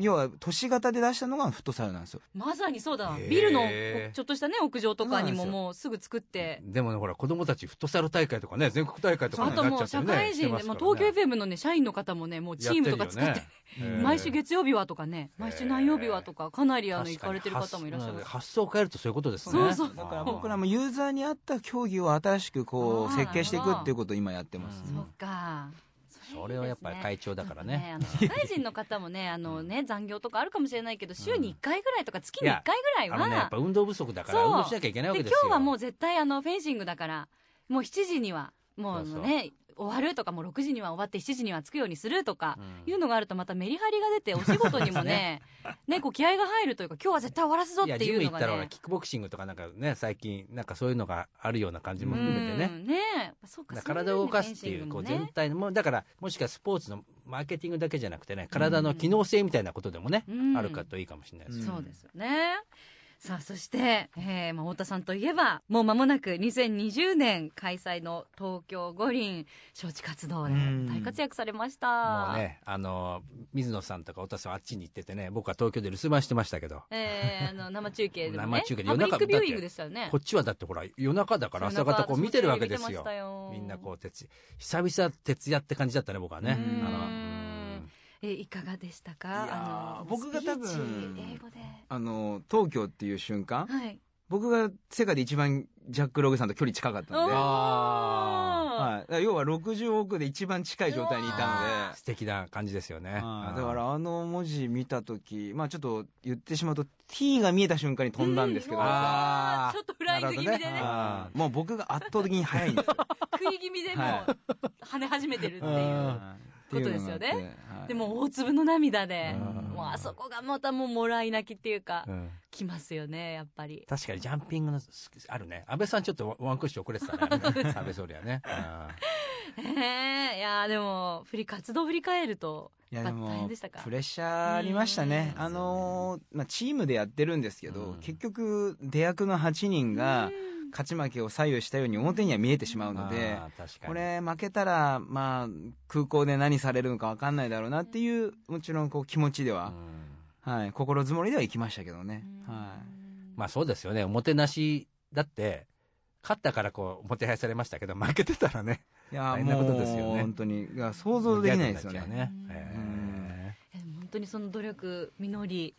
[SPEAKER 4] 要は都市型で出したのがフットサルなんですよ。
[SPEAKER 3] まさにそうだ
[SPEAKER 2] へー
[SPEAKER 3] ビルのちょっとしたね屋上とかにも
[SPEAKER 4] そうなんですよ
[SPEAKER 3] もうすぐ作って
[SPEAKER 2] でもねほら子供たちフットサル大会とかね全国大会とか
[SPEAKER 3] あ
[SPEAKER 2] に
[SPEAKER 3] と
[SPEAKER 2] なっ
[SPEAKER 3] も
[SPEAKER 2] ちゃ
[SPEAKER 3] う
[SPEAKER 2] って
[SPEAKER 3] 社
[SPEAKER 2] る
[SPEAKER 3] 会
[SPEAKER 2] ねして
[SPEAKER 3] 人
[SPEAKER 2] ま
[SPEAKER 3] ですもう
[SPEAKER 2] から
[SPEAKER 3] 東京
[SPEAKER 2] ね
[SPEAKER 3] FM のね社員の方もねもうチームとか作っ
[SPEAKER 2] や
[SPEAKER 3] て
[SPEAKER 2] るよね
[SPEAKER 3] 毎週月曜日はとかね毎週何曜日はとかかなりあの行
[SPEAKER 2] 確
[SPEAKER 3] か
[SPEAKER 2] か
[SPEAKER 3] れ
[SPEAKER 2] に
[SPEAKER 3] てる方もいらっしゃいます
[SPEAKER 2] 発想を変えるとそういうことですね
[SPEAKER 3] そうそう
[SPEAKER 4] だから僕らもユーザーに合った競技を新しくこ
[SPEAKER 3] あ
[SPEAKER 4] う
[SPEAKER 3] ー
[SPEAKER 4] 設計していくっていうことを今やってます、
[SPEAKER 2] う
[SPEAKER 3] そうか
[SPEAKER 2] それはやっぱり
[SPEAKER 3] いいですね
[SPEAKER 2] 会長だから
[SPEAKER 3] ちょっと
[SPEAKER 2] ね
[SPEAKER 3] あの社会人の方もね、あのね、残業とかあるかもしれないけど、週に1回ぐらいとか、月に1回ぐらい
[SPEAKER 2] あのねやっ
[SPEAKER 3] は
[SPEAKER 2] ぱ、運動不足だから
[SPEAKER 3] そう
[SPEAKER 2] 運動しなきゃいけないわ
[SPEAKER 3] で
[SPEAKER 2] け
[SPEAKER 3] 今
[SPEAKER 2] ですよ
[SPEAKER 3] 日はもう絶対あのフェンシングだから、もう7時には、もう
[SPEAKER 2] そうそう
[SPEAKER 3] ね、終わるとか、もう6時には終わって、7時には着くようにするとか、いうのがあると、またメリハリが出て、お仕事にも ね、ねこう気合が入るというか、今日は絶対終わらすぞ
[SPEAKER 2] い
[SPEAKER 3] っ
[SPEAKER 2] や
[SPEAKER 3] て
[SPEAKER 2] ジ
[SPEAKER 3] いう
[SPEAKER 2] ム行
[SPEAKER 3] の
[SPEAKER 2] っ
[SPEAKER 3] が
[SPEAKER 2] たらほら
[SPEAKER 3] ね。
[SPEAKER 2] キックボクシングとかなんかね最近なんかそういうのがあるような感じも含めてね
[SPEAKER 3] うんねやっぱそうか
[SPEAKER 2] だから体を動かすっていうこう全体のもうだからもしかスポーツのマーケティングだけじゃなくてね体の機能性みたいなことでもね、
[SPEAKER 3] うん
[SPEAKER 2] あるかといいかもしれないです、
[SPEAKER 3] そうですよね。さあ、そして、えーまあ、太田さんといえば、もう間もなく2020年開催の東京五輪招致活動で
[SPEAKER 4] うん
[SPEAKER 3] 大活躍されまし
[SPEAKER 2] も
[SPEAKER 3] た。
[SPEAKER 2] うねあの水野さんとか太田さんはあっちに行っててね僕は東京で留守番してましたけど、
[SPEAKER 3] えーあの生中継でもね、
[SPEAKER 2] 生中継で
[SPEAKER 3] パブリッ
[SPEAKER 2] 夜
[SPEAKER 3] ク
[SPEAKER 2] 中
[SPEAKER 3] ビューイングでしたよね
[SPEAKER 2] こ。っちはだってほら夜中だから朝方こう見てるわけです
[SPEAKER 3] 夜中私もテレビ見て
[SPEAKER 2] よ
[SPEAKER 3] ましたよ
[SPEAKER 2] みんなこう徹夜久々徹夜って感じだったね僕はね
[SPEAKER 3] うん
[SPEAKER 2] あの
[SPEAKER 3] うんえいかがでした
[SPEAKER 4] いやー
[SPEAKER 3] かあの
[SPEAKER 4] 僕が多分
[SPEAKER 3] スピーチ英語で。
[SPEAKER 4] あの東京っていう瞬間
[SPEAKER 3] はい。
[SPEAKER 4] 僕が世界で一番ジャック・ログさんと距離近かったんで、
[SPEAKER 3] おー
[SPEAKER 4] は
[SPEAKER 2] あ
[SPEAKER 4] い、だから要は60億で一番近い状態にいたので
[SPEAKER 3] うわ
[SPEAKER 2] 素敵な感じですよね
[SPEAKER 4] はいだからあの文字見た時まあちょっと言ってしまうと T が見えた瞬間に飛んだんですけど、
[SPEAKER 3] う
[SPEAKER 4] あ
[SPEAKER 2] あ
[SPEAKER 3] わー
[SPEAKER 2] ー
[SPEAKER 3] ちょっとフライング気味
[SPEAKER 2] な
[SPEAKER 3] でね
[SPEAKER 2] るほどね
[SPEAKER 4] ーもう僕が圧倒的に速いんですよ
[SPEAKER 3] 食い気味でも
[SPEAKER 4] は
[SPEAKER 3] う跳ね始めてるっていう。
[SPEAKER 2] うん
[SPEAKER 4] はい
[SPEAKER 3] ことですよね
[SPEAKER 4] っていうのがあって
[SPEAKER 3] でも大粒の涙で、
[SPEAKER 2] うん
[SPEAKER 3] もうあそこがまたもうもらい泣きっていうか、
[SPEAKER 2] うん
[SPEAKER 3] きますよね、やっぱり。
[SPEAKER 2] 確かにジャンピングのスキあるね安倍さんちょっとワンワンクッション遅れてた ね安倍総理はねあ
[SPEAKER 3] ええいやーでも、振り、活動振り返ると、
[SPEAKER 4] いや
[SPEAKER 3] やっ
[SPEAKER 4] で
[SPEAKER 3] ぱ
[SPEAKER 4] も
[SPEAKER 3] 大変でしたか
[SPEAKER 4] プレッシャーありましたね、
[SPEAKER 3] う
[SPEAKER 4] あのーまあ、チームでやってるんですけ
[SPEAKER 2] う
[SPEAKER 4] ど、
[SPEAKER 2] ん
[SPEAKER 4] 結局出役の8人が勝ち負けを左右したように表には見えてしま
[SPEAKER 2] ー
[SPEAKER 4] うので
[SPEAKER 2] あー確かに
[SPEAKER 4] これ負けたら、まあ、空港で何されるのか分かんないだろうなっていうもちろんこう気持ちで
[SPEAKER 2] う
[SPEAKER 4] は、
[SPEAKER 2] ん
[SPEAKER 4] はい、心づもりでは行きましたけどね、は
[SPEAKER 2] まあそうですよねおもてなしだって勝ったからこうおもてはやされましたけど負けてたらね
[SPEAKER 4] い、いやー
[SPEAKER 2] 大変な
[SPEAKER 4] も
[SPEAKER 2] こ
[SPEAKER 4] う
[SPEAKER 2] とですよね
[SPEAKER 4] 本当にいや想像できないですよ
[SPEAKER 2] ギ
[SPEAKER 4] ね
[SPEAKER 2] ャグになっちゃうね
[SPEAKER 4] う
[SPEAKER 2] え
[SPEAKER 3] え本当にその努力、実り、よ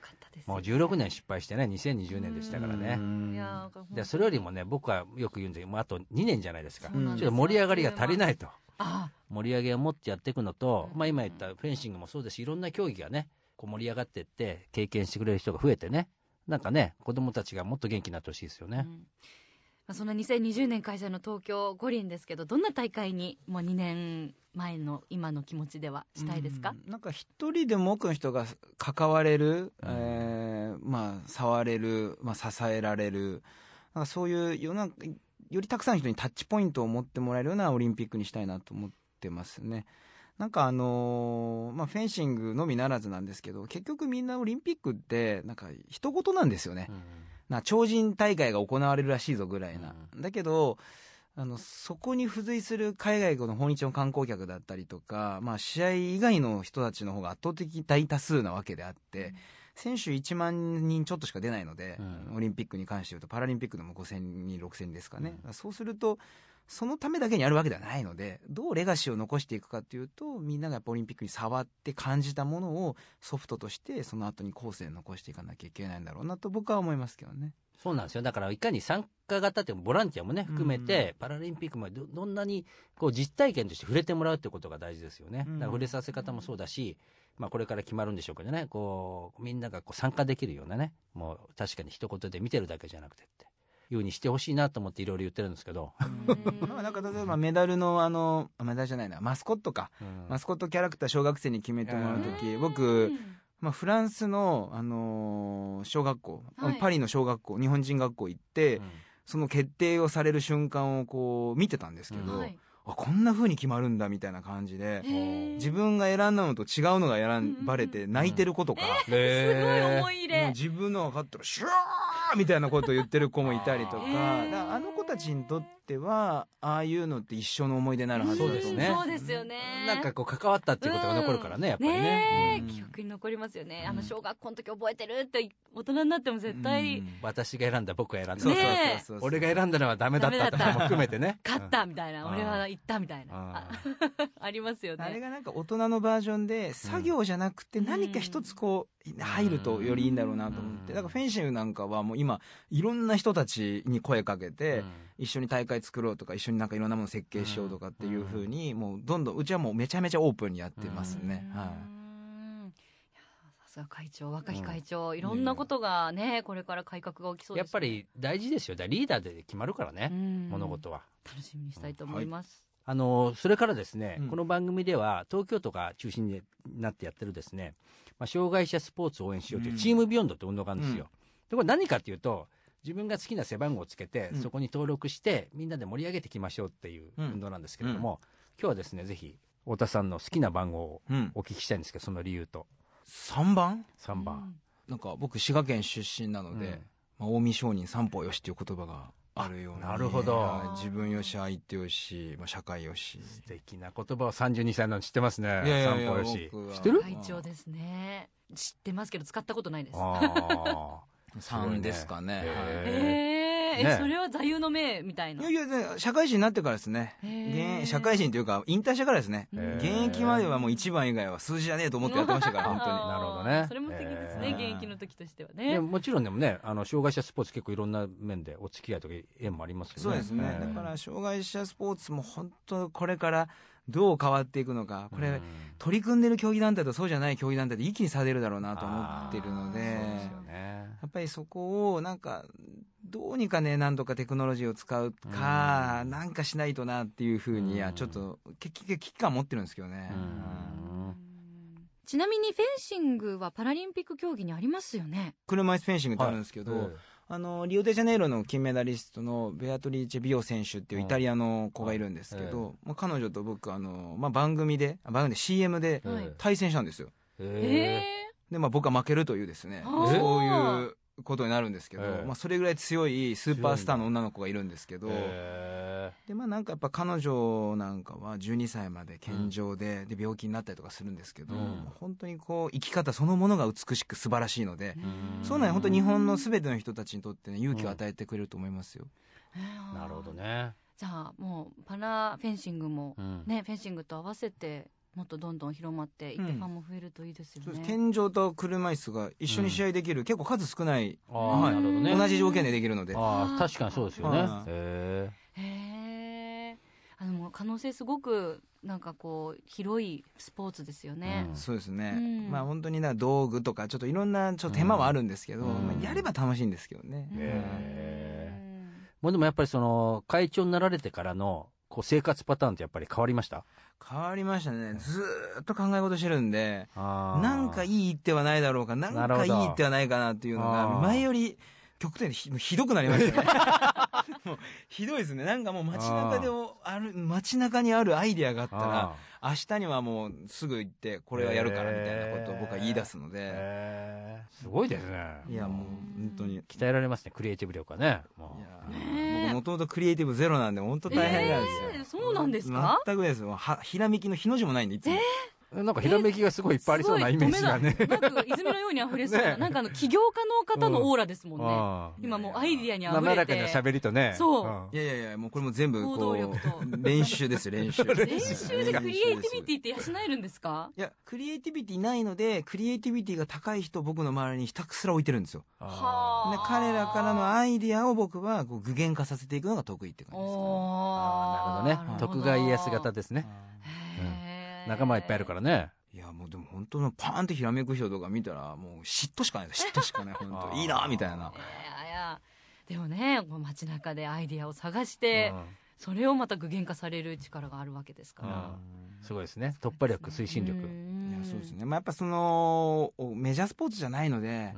[SPEAKER 3] かったで
[SPEAKER 2] ー
[SPEAKER 3] す。
[SPEAKER 2] もう16年失敗してね2020年でしたからね
[SPEAKER 4] うん
[SPEAKER 3] いやーなんか本当に
[SPEAKER 2] でそれよりもね僕はよく言うんですけどもうあと2年じゃないですか
[SPEAKER 3] そ
[SPEAKER 2] ち
[SPEAKER 3] うな
[SPEAKER 2] ょっ
[SPEAKER 3] んですよ
[SPEAKER 2] と盛り上がりが足りないと
[SPEAKER 3] あ
[SPEAKER 2] 盛り上げを持ってやっていくのと、
[SPEAKER 3] うん
[SPEAKER 2] まあ、今言ったフェンシングもそうですしいろんな競技がねこう盛り上がっていって経験してくれる人が増えてねなんかね子供たちがもっと元気になってほしいですよ
[SPEAKER 3] ー、う
[SPEAKER 2] ね。
[SPEAKER 3] んまあ、その2020年開催の東京五輪ですけど、どんな大会に、もう2年前の今の気持ちではしたいですか、
[SPEAKER 4] うんなんか一人でも多くの人が関われる、
[SPEAKER 2] うん
[SPEAKER 4] えーまあ触れる、まあ、支えられるなんかそういう世の中よりたくさんの人にタッチポイントを持ってもらえるようなオリンピックにしたいなと思ってますね。なんかあのーまあ、フェンシングのみならずなんですけど結局みんなオリンピックってなんか人事なんですよね。
[SPEAKER 2] うん
[SPEAKER 4] な超人大会が行われるらしいぞぐらいな、だけどうあのそこに付随する海外の訪日の観光客だったりとか、まあ、試合以外の人たちの方が圧倒的大多数なわけであって、選手1万人ちょっとしか出ないので、
[SPEAKER 2] うん
[SPEAKER 4] オリンピックに関して言うとパラリンピックでも5000人6000人ですかね、そうするとそのためだけにやるわけではないのでどうレガシーを残していくかというとみんながやっぱオリンピックに触って感じたものをソフトとしてその後に後世に残していかなきゃいけないんだろうなと僕は思いますけどね。
[SPEAKER 2] そうなんですよ。だから、いかに参加型っていうボランティアもね、含め
[SPEAKER 4] う
[SPEAKER 2] て、パラリンピックまでどどんなに、こう、実体験として触れてもらうってことが大事ですよね。だ
[SPEAKER 4] う
[SPEAKER 2] か
[SPEAKER 4] ん
[SPEAKER 2] ら触れさせ方もそうだし、まあ、これから決まるんでしょうけどね、こう、みんながこう参加できるようなね、もう、確かに一言で見てるだけじゃなくてって、いうふうにしてほしいなと思っていろいろ言ってるんですけど、
[SPEAKER 4] まあなんか例えばメダルのあのメダルじゃないなマスコットか
[SPEAKER 2] うん
[SPEAKER 4] マスコットキャラクター小学生に決めてもらう時
[SPEAKER 3] う
[SPEAKER 4] 僕、
[SPEAKER 3] ん
[SPEAKER 4] まあ、フランスの、あのー小学校、
[SPEAKER 3] はい
[SPEAKER 4] パリの小学校日本人学校行って、その決定をされる瞬間をこう見てたんですけど、
[SPEAKER 3] はい
[SPEAKER 4] あこんな風に決まるんだみたいな感じで
[SPEAKER 3] へー
[SPEAKER 4] 自分が選んだのと違うのが選ばれて泣いてる子とか。
[SPEAKER 3] すごい思い入
[SPEAKER 4] もう
[SPEAKER 3] れ
[SPEAKER 4] 自分の分かったらシューみたいなことを言ってる子もいたりとか,、
[SPEAKER 2] へ
[SPEAKER 3] ー
[SPEAKER 4] だからあの子たちにとってはああいうのって一生の思い出になるはずだと
[SPEAKER 2] そうです
[SPEAKER 4] 思ん
[SPEAKER 2] ね
[SPEAKER 3] うんそうですよね
[SPEAKER 2] なんかこう、関わったっていうことが残るからね、やっぱりね。
[SPEAKER 3] ねえ
[SPEAKER 4] うん
[SPEAKER 3] 記憶に残りますよね、あ
[SPEAKER 4] う
[SPEAKER 3] の
[SPEAKER 4] ん
[SPEAKER 3] 小学校の時覚えてるって大人になっても絶対
[SPEAKER 4] うん
[SPEAKER 2] 私が選んだ、僕が選んだ。
[SPEAKER 4] そうそうそう
[SPEAKER 3] ねえ
[SPEAKER 4] そうそう
[SPEAKER 2] 俺が選んだのはダメだったとかも含めてね。
[SPEAKER 3] 勝ったみたいな、
[SPEAKER 2] うん
[SPEAKER 3] 俺は行ったみたい
[SPEAKER 2] うん
[SPEAKER 3] な、あ ありますよ
[SPEAKER 4] あれ
[SPEAKER 3] ね
[SPEAKER 4] がなんか大人のバージョンで作業じゃなくて
[SPEAKER 3] うん
[SPEAKER 4] 何か一つこう入るとよりいいんだろうなと思っ
[SPEAKER 2] う
[SPEAKER 4] て
[SPEAKER 2] ん
[SPEAKER 4] だからフェンシングなんかはもう今いろんな人たちに声かけ
[SPEAKER 2] う
[SPEAKER 4] て
[SPEAKER 2] ん
[SPEAKER 4] 一緒に大会作ろうとか一緒になんかいろんなもの設計しようとかっていう風にもうどんどんうちはもうめちゃめちゃオープンにやってますね
[SPEAKER 3] うーん
[SPEAKER 4] はい
[SPEAKER 3] いやさすが会長若き会長、いろんなことがねこれから改革が起きそう
[SPEAKER 2] や
[SPEAKER 3] です、ね、
[SPEAKER 2] っぱり大事ですよ。だからリーダーで決まるからね、
[SPEAKER 3] うん
[SPEAKER 2] 物事は。
[SPEAKER 3] 楽しみにしたいと思います、
[SPEAKER 2] あの、それからですね、
[SPEAKER 4] うん
[SPEAKER 2] この番組では東京都が中心になってやってるですね、まあ、障害者スポーツを応援しようという
[SPEAKER 4] うん
[SPEAKER 2] チームビヨンドって運動があるんですよ。で、これ何かっていうと、自分が好きな背番号をつけて、
[SPEAKER 4] うん
[SPEAKER 2] そこに登録して、みんなで盛り上げていきましょうっていう
[SPEAKER 4] うん
[SPEAKER 2] 運動なんですけれども、今日はですね、ぜひ、太田さんの好きな番号を
[SPEAKER 4] うん
[SPEAKER 2] お聞きしたいんですけど、その理由と、
[SPEAKER 4] 3番
[SPEAKER 2] 3番。
[SPEAKER 4] なんか僕滋賀県出身なので、
[SPEAKER 2] うん
[SPEAKER 4] まあ、近江商人三方よしっていう言葉があるように
[SPEAKER 2] なるほど
[SPEAKER 4] はい自分よし相手よし、まあ、社会よし
[SPEAKER 2] 素敵な言葉を32歳なの知ってますね。
[SPEAKER 4] いやいやいや
[SPEAKER 2] 三方よし
[SPEAKER 4] 僕は
[SPEAKER 2] 知ってる
[SPEAKER 3] 会長ですね知ってますけど使ったことないです
[SPEAKER 2] あ ごいね
[SPEAKER 4] 3ですかね
[SPEAKER 2] へー
[SPEAKER 4] はい
[SPEAKER 3] えーえ
[SPEAKER 2] ね
[SPEAKER 3] それは座右の銘みたいない
[SPEAKER 4] やいやね、社会人になってからですね。
[SPEAKER 3] へー
[SPEAKER 4] 現社会人というか、引退してからですね。
[SPEAKER 2] あ。
[SPEAKER 3] うん
[SPEAKER 2] へー
[SPEAKER 4] 現役まではもう一番以外は数字じゃねえと思ってやってましたから、本当に。
[SPEAKER 2] なるほどね
[SPEAKER 3] あーそれも素敵ですね、
[SPEAKER 4] えー
[SPEAKER 3] 現役の時としてはね
[SPEAKER 2] でももちろんでもね、あの障害者スポーツ、結構いろんな面でお付き合いとか縁もありますよね。
[SPEAKER 4] そうですね。だから、障害者スポーツも本当、これからどう変わっていくのか、これ、
[SPEAKER 2] うん
[SPEAKER 4] 取り組んでる競技団体とそうじゃない競技団体で一気に差出るだろうなと思ってるの
[SPEAKER 2] そ
[SPEAKER 4] で、
[SPEAKER 2] うですよ
[SPEAKER 4] や
[SPEAKER 2] ね。
[SPEAKER 4] っぱりそこをなんか、どうにかね、なんとかテクノロジーを使うか、
[SPEAKER 2] うん
[SPEAKER 4] なんかしないとなっていうふうに、いやちょっと、結局危機感持ってるんですけどね。
[SPEAKER 2] うん
[SPEAKER 3] ちなみにフェンシングはパラリンピック競技にありますよね
[SPEAKER 4] 車椅子フェンシングってあるんですけど、
[SPEAKER 2] はい
[SPEAKER 4] あのリオデジャネイロの金メダリストのベアトリーチェ・ビオ選手っていうイタリアの子がいるんですけ
[SPEAKER 2] う
[SPEAKER 4] ど、
[SPEAKER 2] ん
[SPEAKER 4] まあ、彼女と僕あの、まあ、番組であ番組で CM で
[SPEAKER 2] うん
[SPEAKER 3] はい
[SPEAKER 4] 対戦したんですよ
[SPEAKER 3] え
[SPEAKER 2] へ
[SPEAKER 4] で、まあ、僕は負けるというですね
[SPEAKER 3] あー
[SPEAKER 4] そういうことになるんですけど、
[SPEAKER 2] ええ
[SPEAKER 4] まあ、それぐらい強いスーパースターの女の子がいるんですけ
[SPEAKER 2] ー
[SPEAKER 4] ど、
[SPEAKER 2] へ
[SPEAKER 4] でまあ、なんかやっぱ彼女なんかは12歳まで健常で,、で病気になったりとかするんですけど、
[SPEAKER 2] うん
[SPEAKER 4] もう本当にこう生き方そのものが美しく素晴らしいので、
[SPEAKER 2] ー
[SPEAKER 4] そういうのは本当に日本のすべての人たちにとってね勇気を与えてくれると思いますよ。
[SPEAKER 2] なるほどね。
[SPEAKER 3] じゃあもうパラフェンシングも
[SPEAKER 2] うん
[SPEAKER 3] ね、フェンシングと合わせてもっとどんどん広まっていって
[SPEAKER 4] うん
[SPEAKER 3] ファンも増えるといいですよ
[SPEAKER 4] そうです
[SPEAKER 3] ね、
[SPEAKER 4] 健常と車椅子が一緒に試合できる、結構数少ない、
[SPEAKER 2] ああ、
[SPEAKER 4] はい
[SPEAKER 2] なるほどね。
[SPEAKER 4] 同じ条件でできるので。
[SPEAKER 2] ああ、確かにそうですよね。
[SPEAKER 4] うん
[SPEAKER 2] へ
[SPEAKER 3] へえあのもう可能性すごくなんかこう広いスポーツですよね、
[SPEAKER 2] うん
[SPEAKER 4] そうですね、
[SPEAKER 3] うん
[SPEAKER 4] まあ本当にな道具とかちょっといろんなちょっと手間はあるんですけど、
[SPEAKER 2] うん
[SPEAKER 4] まあ、やれば楽しいんですけどね、
[SPEAKER 3] うん
[SPEAKER 2] へもうでもやっぱりその、会長になられてからの、こう生活パターンってやっぱり変わりました
[SPEAKER 4] 変わりましたねずーっと考え事してるんでな
[SPEAKER 2] なん
[SPEAKER 4] かいい一手はないだろうかなんかいい一手はないかなっていうの
[SPEAKER 2] なる
[SPEAKER 4] が
[SPEAKER 2] ほど
[SPEAKER 4] 前より極端にひひどくなりましたね もうひどいですねなんかもう街中でもある街中にあるアイデアがあったら明日にはもうすぐ行ってこれはやるからみたいなことを僕は言い出すので、
[SPEAKER 2] へーすごいですね。
[SPEAKER 4] いやもう本当にい
[SPEAKER 2] 鍛えられますね、クリエイティブ力はね。もう
[SPEAKER 3] ね
[SPEAKER 4] や
[SPEAKER 3] え
[SPEAKER 4] 僕もともとクリエイティブゼロなんで本当大変なんですよ、
[SPEAKER 3] えーそうなんですか
[SPEAKER 4] 全くですよはひらめきの日の字もないんでいつも、
[SPEAKER 6] なんかひらめきがすごいいっぱいありそうなイメージがね
[SPEAKER 3] すごい止めないなんか泉のように溢れそうな、
[SPEAKER 6] ね
[SPEAKER 3] なんかあの起業家の方のオーラで すもんね。
[SPEAKER 6] あ
[SPEAKER 3] 今もうアイディアに
[SPEAKER 6] あ
[SPEAKER 3] 溢れて。
[SPEAKER 6] 滑らかな喋りとね
[SPEAKER 3] そうん
[SPEAKER 4] いやいやいやもうこれも全部
[SPEAKER 3] 行動
[SPEAKER 4] こ
[SPEAKER 3] 力と
[SPEAKER 4] う練習ですよ練 習
[SPEAKER 3] 練習でクリエイティビティって養えるんですか
[SPEAKER 4] いやクリエイティビティないのでクリエイティビティが高い人を僕の周りにひたすら置いてるんですよ
[SPEAKER 6] あ
[SPEAKER 3] は
[SPEAKER 4] で
[SPEAKER 3] あ。
[SPEAKER 4] 彼らからのアイディアを僕はこう具現化させていくのが得意って感じですかね
[SPEAKER 6] ー
[SPEAKER 3] お
[SPEAKER 6] あー
[SPEAKER 3] ー
[SPEAKER 6] なるほどね徳川家康型ですね
[SPEAKER 3] へー
[SPEAKER 6] 仲間いっぱいいるからね
[SPEAKER 4] いやもうでも本当のパーンってひらめく人とか見たらもう嫉妬しかない嫉妬しかない本
[SPEAKER 6] あ
[SPEAKER 4] 当
[SPEAKER 6] ー
[SPEAKER 4] いいなみたいない
[SPEAKER 3] やいやでもねこう街中でアイディアを探して、
[SPEAKER 6] うん
[SPEAKER 3] それをまた具現化される力があるわけですから、
[SPEAKER 6] すごいですね突破力推進力
[SPEAKER 3] う
[SPEAKER 4] い
[SPEAKER 3] ん
[SPEAKER 4] やそうですね、まあ、やっぱそのおメジャースポーツじゃないので、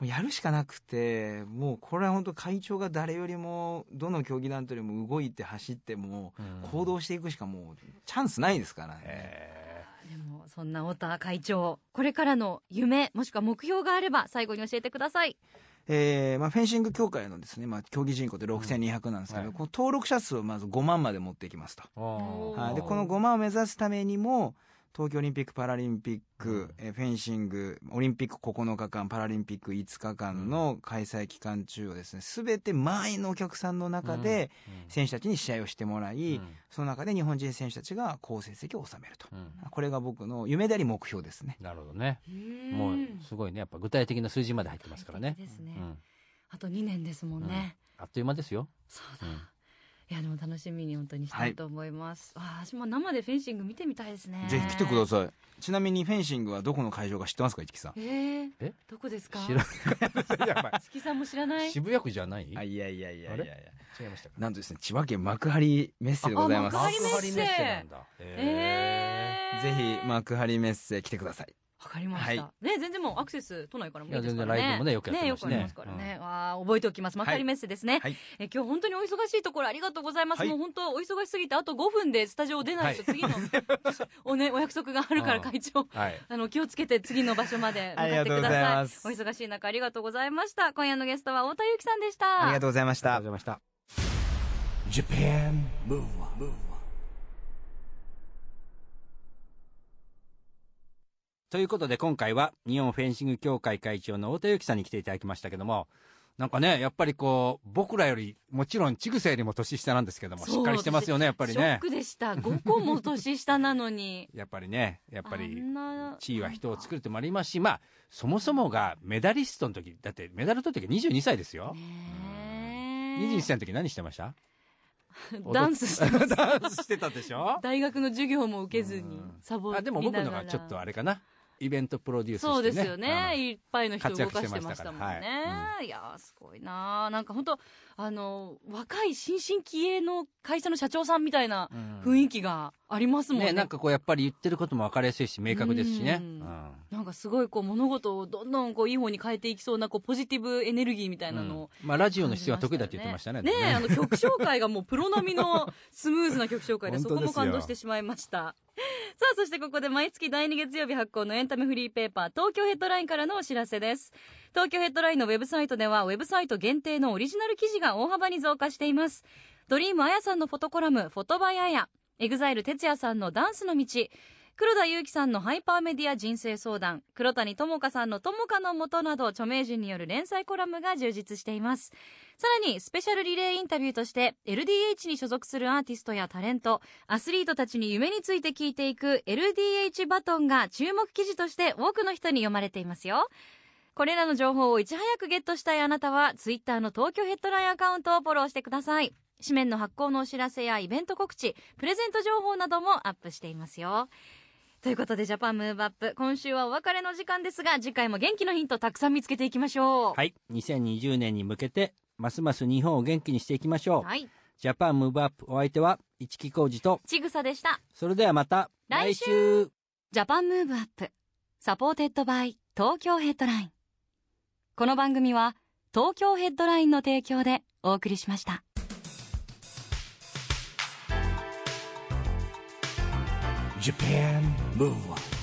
[SPEAKER 4] もうやるしかなくてもうこれは本当会長が誰よりもどの競技団体よりも動いて走ってもう行動していくしかもうチャンスないですからね、
[SPEAKER 6] え
[SPEAKER 3] でもそんな太田会長これからの夢もしくは目標があれば最後に教えてください
[SPEAKER 4] えーまあ、フェンシング協会のですね、まあ、競技人口って6200なんですけど、
[SPEAKER 6] はい
[SPEAKER 4] こう登録者数をまず5万まで持っていきますと、
[SPEAKER 6] ーおー
[SPEAKER 4] はい、でこの5万を目指すためにも東京オリンピック・パラリンピック、えーフェンシングオリンピック9日間パラリンピック5日間の開催期間中をですね全て満員のお客さんの中で選手たちに試合をしてもらい、その中で日本人選手たちが好成績を収めると、
[SPEAKER 6] うんうん
[SPEAKER 4] これが僕の夢であり目標ですね
[SPEAKER 6] なるほどねも
[SPEAKER 3] も
[SPEAKER 6] うすごいねやっぱ具体的な数字まで入ってますからね
[SPEAKER 3] ですね、
[SPEAKER 6] うん
[SPEAKER 3] あと2年ですもんね、
[SPEAKER 6] あっという間ですよ
[SPEAKER 3] そうだ、
[SPEAKER 6] うん
[SPEAKER 3] いやでも楽しみに本当にした
[SPEAKER 4] はいい
[SPEAKER 3] と思います、あー私も生でフェンシング見てみたいですね
[SPEAKER 4] ぜひ来てくださいちなみにフェンシングはどこの会場か知ってますか市木さん
[SPEAKER 3] えー、
[SPEAKER 6] え
[SPEAKER 3] どこですか
[SPEAKER 6] 知らない やば
[SPEAKER 3] 月さんも知らないい
[SPEAKER 6] 渋谷区じゃない
[SPEAKER 4] あいやいやいやいやいや
[SPEAKER 6] 違いましたか
[SPEAKER 4] なんとですね千葉県幕張メッセでございます
[SPEAKER 3] あ幕張メッセ
[SPEAKER 6] なんだへ
[SPEAKER 3] えー、
[SPEAKER 4] ぜひ幕張メッセ来てください
[SPEAKER 3] わかりました、
[SPEAKER 4] はい
[SPEAKER 3] ね全然もうアクセス都内からもいいですからね
[SPEAKER 6] いや全然ライブもねよくやってますしね
[SPEAKER 3] よくありますからね、わあ覚えておきます幕張メッセですね、
[SPEAKER 4] はい
[SPEAKER 3] え今日本当にお忙しいところありがとうございます、
[SPEAKER 4] はい
[SPEAKER 3] もう本当お忙しすぎてあと5分でスタジオを出ないと次の、おねお約束があるから
[SPEAKER 6] うん
[SPEAKER 3] 会長
[SPEAKER 6] はい
[SPEAKER 3] あの気をつけて次の場所まで向かって
[SPEAKER 4] ありがと
[SPEAKER 3] く
[SPEAKER 4] うご
[SPEAKER 3] だ
[SPEAKER 4] ざい
[SPEAKER 3] さい
[SPEAKER 4] ます
[SPEAKER 3] お忙しい中ありがとうございました今夜のゲストは太田裕樹さんでした
[SPEAKER 4] ありがとうございまし
[SPEAKER 6] あ
[SPEAKER 4] た
[SPEAKER 6] りがとうございました
[SPEAKER 1] Japan Move Up, Move Up.
[SPEAKER 2] ということで今回は日本フェンシング協会会長の太田裕樹さんに来ていただきましたけどもなんかねやっぱりこう僕らよりもちろんちぐせよりも年下なんですけども
[SPEAKER 3] そう
[SPEAKER 2] しっかりしてますよねやっぱり
[SPEAKER 3] ショッ
[SPEAKER 2] ね
[SPEAKER 3] クでした5個も年下なのに
[SPEAKER 2] やっぱりねやっぱ
[SPEAKER 3] あ
[SPEAKER 2] り
[SPEAKER 3] んな
[SPEAKER 2] 地位は人を作るってのもありますしまあそもそもがメダリストの時だってメダル取った時22歳ですよ、
[SPEAKER 3] ねえ
[SPEAKER 2] 21歳の時何してました
[SPEAKER 3] ダンスしてます
[SPEAKER 2] ダンスしてたでしょ
[SPEAKER 3] 大学の授業も受けずにサボ り
[SPEAKER 2] あ
[SPEAKER 3] ながら
[SPEAKER 2] でも僕のがちょっとあれかなイベントプロデュースして、ね、
[SPEAKER 3] そうですよね、
[SPEAKER 2] うん
[SPEAKER 3] いっぱいの人
[SPEAKER 2] 活
[SPEAKER 3] 動
[SPEAKER 2] 躍
[SPEAKER 3] か
[SPEAKER 2] して
[SPEAKER 3] して
[SPEAKER 2] ま
[SPEAKER 3] ま
[SPEAKER 2] し
[SPEAKER 3] し
[SPEAKER 2] たた
[SPEAKER 3] も
[SPEAKER 2] か
[SPEAKER 3] ん
[SPEAKER 2] ら
[SPEAKER 3] ね、いやーすごいなーなんか本当あの若い新進気鋭の会社の社長さんみたいな雰囲気がありますもんね,、
[SPEAKER 2] ねなんかこうやっぱり言ってることも分かりやすいし明確ですしね、
[SPEAKER 3] う
[SPEAKER 2] うんん
[SPEAKER 3] なんかすごいこう物事をどんどんこういい方に変えていきそうなこうポジティブエネルギーみたいなのを
[SPEAKER 2] まあ、ラジオ
[SPEAKER 3] 感
[SPEAKER 2] の
[SPEAKER 3] じ
[SPEAKER 2] 必要
[SPEAKER 3] よね、
[SPEAKER 2] は得意だって言ってましたね
[SPEAKER 3] ねえあの曲紹介がもうプロ並みの スムーズな曲紹介でそ
[SPEAKER 2] 本
[SPEAKER 3] こ
[SPEAKER 2] 当ですよ
[SPEAKER 3] も感動してしまいましたさあそしてここで毎月第2月曜日発行のエンタメフリーペーパー東京ヘッドラインからのお知らせです東京ヘッドラインのウェブサイトではウェブサイト限定のオリジナル記事が大幅に増加していますドリームあやさんのフォトコラム「フォトバイあや」エグザイル哲也さんの「ダンスの道」黒田祐樹さんのハイパーメディア人生相談黒谷友香さんの「友香のもと」など著名人による連載コラムが充実していますさらにスペシャルリレーインタビューとして LDH に所属するアーティストやタレントアスリートたちに夢について聞いていく LDH バトンが注目記事として多くの人に読まれていますよこれらの情報をいち早くゲットしたいあなたは Twitter の東京ヘッドラインアカウントをフォローしてください紙面の発行のお知らせやイベント告知プレゼント情報などもアップしていますよということでジャパンムーブアップ今週はお別れの時間ですが次回も元気のヒントたくさん見つけていきましょう
[SPEAKER 2] はい2020年に向けてますます日本を元気にしていきましょう、
[SPEAKER 3] はい、
[SPEAKER 2] ジャパンムーブアップお相手は市木浩二と
[SPEAKER 3] ちぐさでした
[SPEAKER 2] それではまた
[SPEAKER 3] 来
[SPEAKER 2] 来週
[SPEAKER 3] ジャパンムーブアップサポーテッドバイ東京ヘッドラインこの番組は東京ヘッドラインの提供でお送りしました「
[SPEAKER 1] Japan Move Up.